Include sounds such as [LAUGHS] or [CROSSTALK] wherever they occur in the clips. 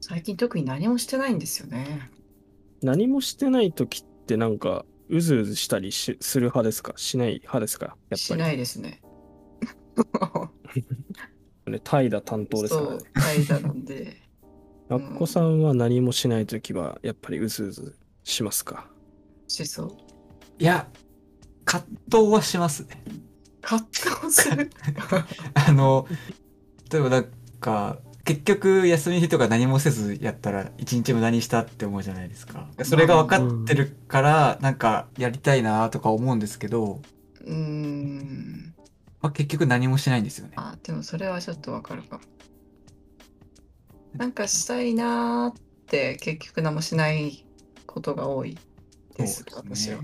最近特に何もしてないんですよね。何もしてない時ってなんか、うずうずしたりしする派ですかしない派ですかやっしぱり。ないです [LAUGHS] ね。ね、怠惰担当ですそからうね。、怠惰なんで。 [LAUGHS] あっこさんは何もしない時は、やっぱりうずうずしますかしそう。いや、葛藤はしますね。葛藤する。 [LAUGHS] あの、例えばなんか、結局休み日とか何もせずやったら一日無駄にしたって思うじゃないですか。それが分かってるから、なんかやりたいなとか思うんですけど、うーん。まあ、結局何もしないんですよね。あ、でもそれはちょっとわかるかも。なんかしたいなーって結局何もしないことが多いです、そうです私ねは。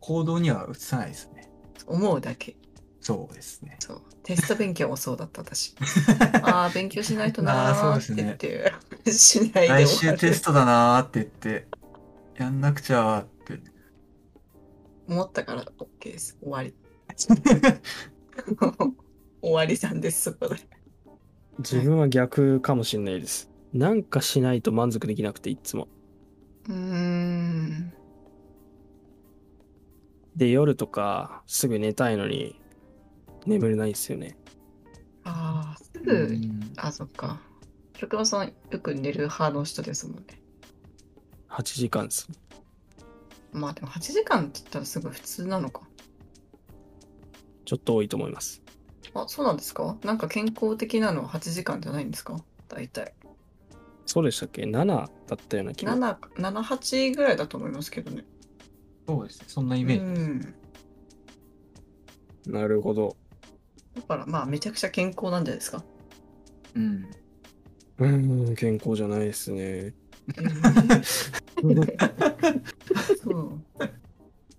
行動には移さないですね。思うだけ。そうですね。そう。テスト勉強もそうだった、 [LAUGHS] 私。ああ、勉強しないとなあーそうーでってす言って、ね [LAUGHS] しないで来終わ週るテストだなーって言って、やんなくちゃーって。思ったから OK です。終わり。 [LAUGHS] 終わりなんです、そこで。自分は逆かもしれないです。なんかしないと満足できなくて、いつも。うーん。で、夜とか、すぐ寝たいのに、眠れないんですよね。ああ、すうぐんあ、そっか。職場さん、よく寝る派の人ですもんね。 8時間です。まあでも8時間って言ったらすごい普通なのか。ちょっと多いと思います。あ、そうなんですかなんか健康的なのは8時間じゃないんですか大体。そうでしたっけ ?7 だったような気が。 7、7、8ぐらいだと思いますけどね。そうですね。そんなうイメージ。ん。なるほど。だからまあめちゃくちゃ健康なんじゃないですか。うん。うーん、健康じゃないですね。 [LAUGHS] [LAUGHS] そう。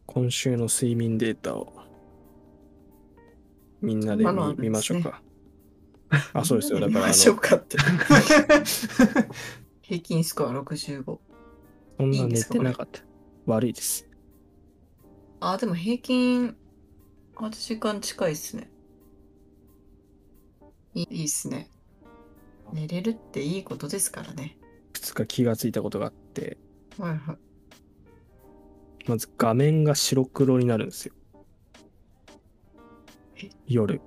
今週の睡眠データをみんなでそんなのあ見るんですね見ましょ [LAUGHS] うか。あ、そうですよ。だから、あ見のましょうそかって。平均スコア65。んいいなんで寝すかてなかった。悪いです。あ、でも平均8時間近いっすね。いいいいっすね。寝れるっていいことですからね。 2日気がついたことがあって、はいはい。まず画面が白黒になるんですよえ。夜。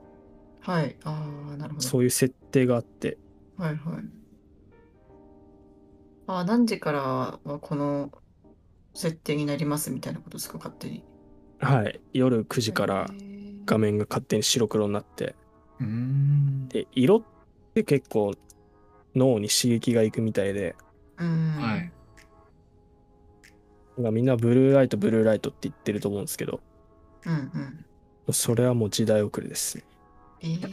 はい。ああ、なるほど。そういう設定があって、はいはい。あー、何時からはこの設定になりますみたいなことですか、勝手に。はい。夜9時からへー画面が勝手に白黒になって、 [LAUGHS] うーん。で、色って結構脳に刺激がいくみたいで、うん。はい。なんかみんなブルーライト、ブルーライトって言ってると思うんですけど、うんうん。それはもう時代遅れですね。えー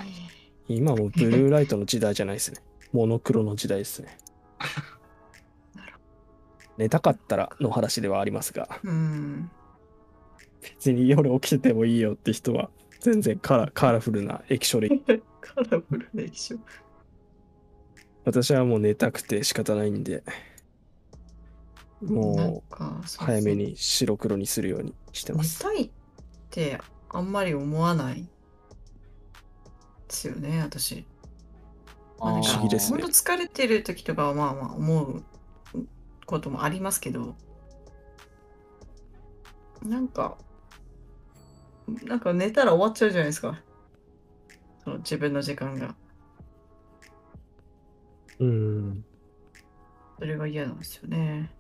今もうブルーライトの時代じゃないですね。モノクロの時代で [LAUGHS] すねなるほ。寝たかったらの話ではありますが、 [LAUGHS] うん。別に夜起きててもいいよって人は、全然カラカラフルな液晶でいい、カラフルな液晶。私はもう寝たくて仕方ないんで、なんもか、そうそうう早めに白黒にするようにしてま寝す。たいってあんまり思わないですよね、私。まあなんか不思議です本ね当疲れてる時とかはまあまあ思うこともありますけどなんかなんか寝たら終わっちゃうじゃないですかその自分の時間がうん。それが嫌なんですよね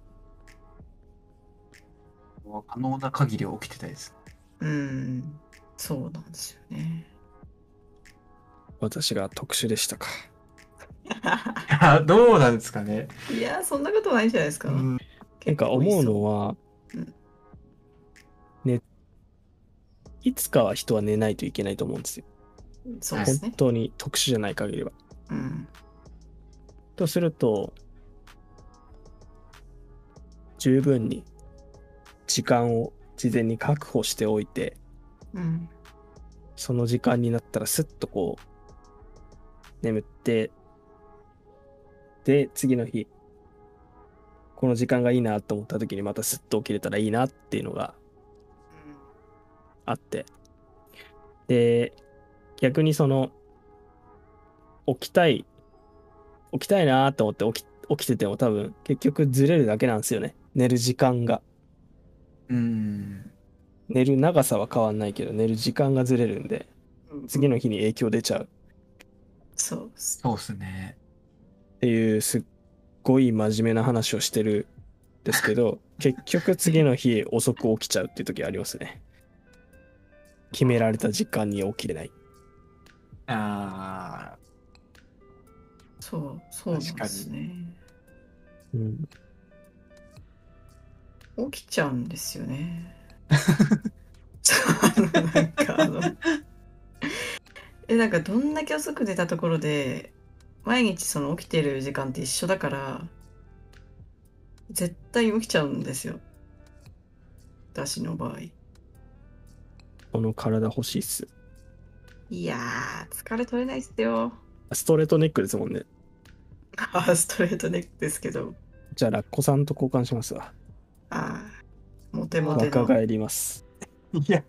可能な限りは起きてたいです。うんそうなんですよ [LAUGHS] ね私が特殊でしたか。いや [LAUGHS] どうなんですかね。いやそんなことないじゃないですか、うんなんか思うのはうん、ね、いつかは人は寝ないといけないと思うんですよ。そうです本ね、当に特殊じゃない限りは。うん、とすると、十分に時間を事前に確保しておいて、うん、その時間になったらスッとこう、眠って、で、次の日、この時間がいいなと思った時にまたスッと起きれたらいいなっていうのがあって。で、逆にその、起きたい、起きたいなと思って起き、起きてても多分結局ずれるだけなんですよね。寝る時間が。うん。寝る長さは変わんないけど、寝る時間がずれるんで、次の日に影響出ちゃうそうです。そうですね。っていうすっごい真面目な話をしてるんですけ [LAUGHS] ど結局次の日遅く起きちゃうっていう時ありますね決められた時間に起きれないああ、そう、そうなんですね。うん起きちゃうんですよね。そうなんかあのえなんかどんだけ遅く出たところで毎日その起きてる時間って一緒だから絶対起きちゃうんですよ私の場合この体欲しいっすいやー疲れ取れないっすよ [LAUGHS] ストレートネックですもんねあーストレートネックですけどじゃあラッコさんと交換しますわあーモテモテ若の返りますいや、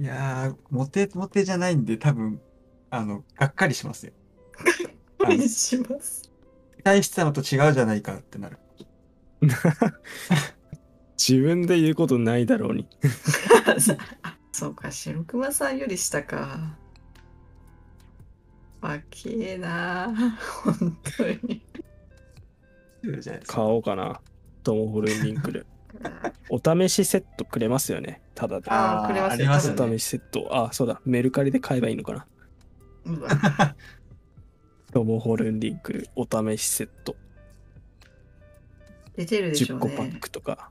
いやー、モテモテじゃないんで、多分、あの、がっかりしますよ。 [LAUGHS] あの恋します期待してたのと違うじゃないかってなる。自分で言うことないだろうにあそうか、白熊さんより下か。わけえな本当に。じゃないですか。買おうかなトムホルンリンク [LAUGHS] ルお試しセットくれますよねただであーくれますよあります多よ分おね試。しセットあそうだメルカリで買えばいいのかなうわトムホルンリンクルお試しセット出てるでしょ10う個パッね。クとか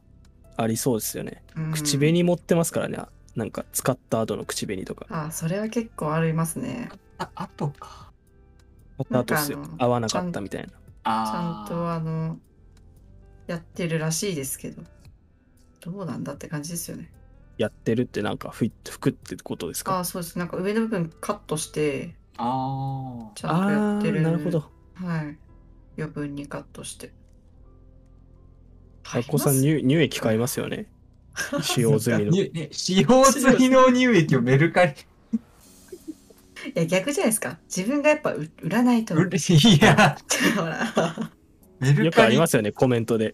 ありそうですよね、うん口紅持ってますからねなんか使った後の口紅とかあ、それは結構ありますね。あ、あとか。買った後ですよなんかあの合わなかったみたいなちゃあんーとあの、やってるらしいですけど。どうなんだって感じですよね。やってるってなんかふい服ってことですあかー、そうです。なんか上の部分カットして、あちゃんとやってる。ーなるほど。はい。余分にカットして。タコさん入り乳乳液買いますよ [LAUGHS] ねます使用済みのにね使用済みの乳液をメルカリ。いや、逆じゃないですか。自分がやっぱ売売らないと。いや、 [LAUGHS] ほら。メルよくあカリり。ますよねコメントで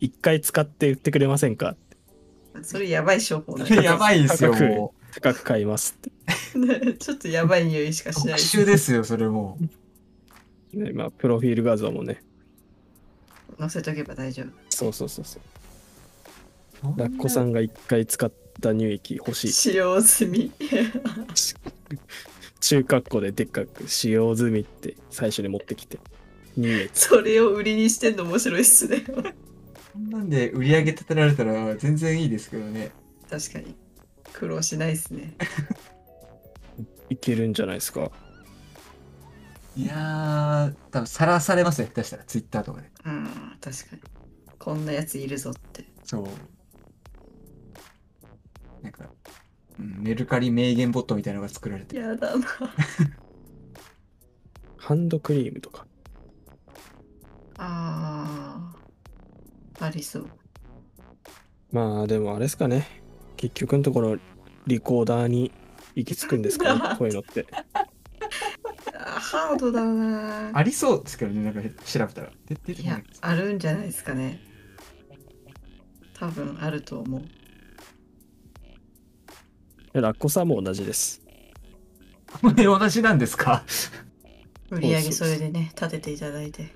一回使って売ってくれませんかそれやばい商法だ [LAUGHS] やばいですよ、高くも高く買いますって [LAUGHS] ちょっとやばい匂いしかう。しない特。殊ですよ、それもう。ねまあプロフィール画像もね載せとけば大丈夫。そうそうそうそうラッコさんが一回使った乳液欲しい使用済み。 [LAUGHS] 中括弧ででっかく使用済みって最初に持ってきて乳液それを売りにしてんの面白いっすね。 [LAUGHS] こんなんで売り上げ立てられたら全然いいですけどね。確かに。苦労しないっすね。いけるんじゃないですかいやー、多分さらされますよ、下手したら、ツイッターとかで。うん、確かに。こんなやついるぞって。そう。なんか、うん、メルカリ名言ボットみたいなのが作られて。やだな。ハンドクリームとかあー。ありそう。まあでもあれですかね結局のところリコーダーに行き着くんですかね [LAUGHS] こういうのってあーハードだな。ありそうですけどね、なんか調べたら。で出ていこなやいです、あるんじゃないですかね。多分あると思う。ラッコさんも同じです [LAUGHS] これ同じなんですか売り上げそれでね、立てていただいて。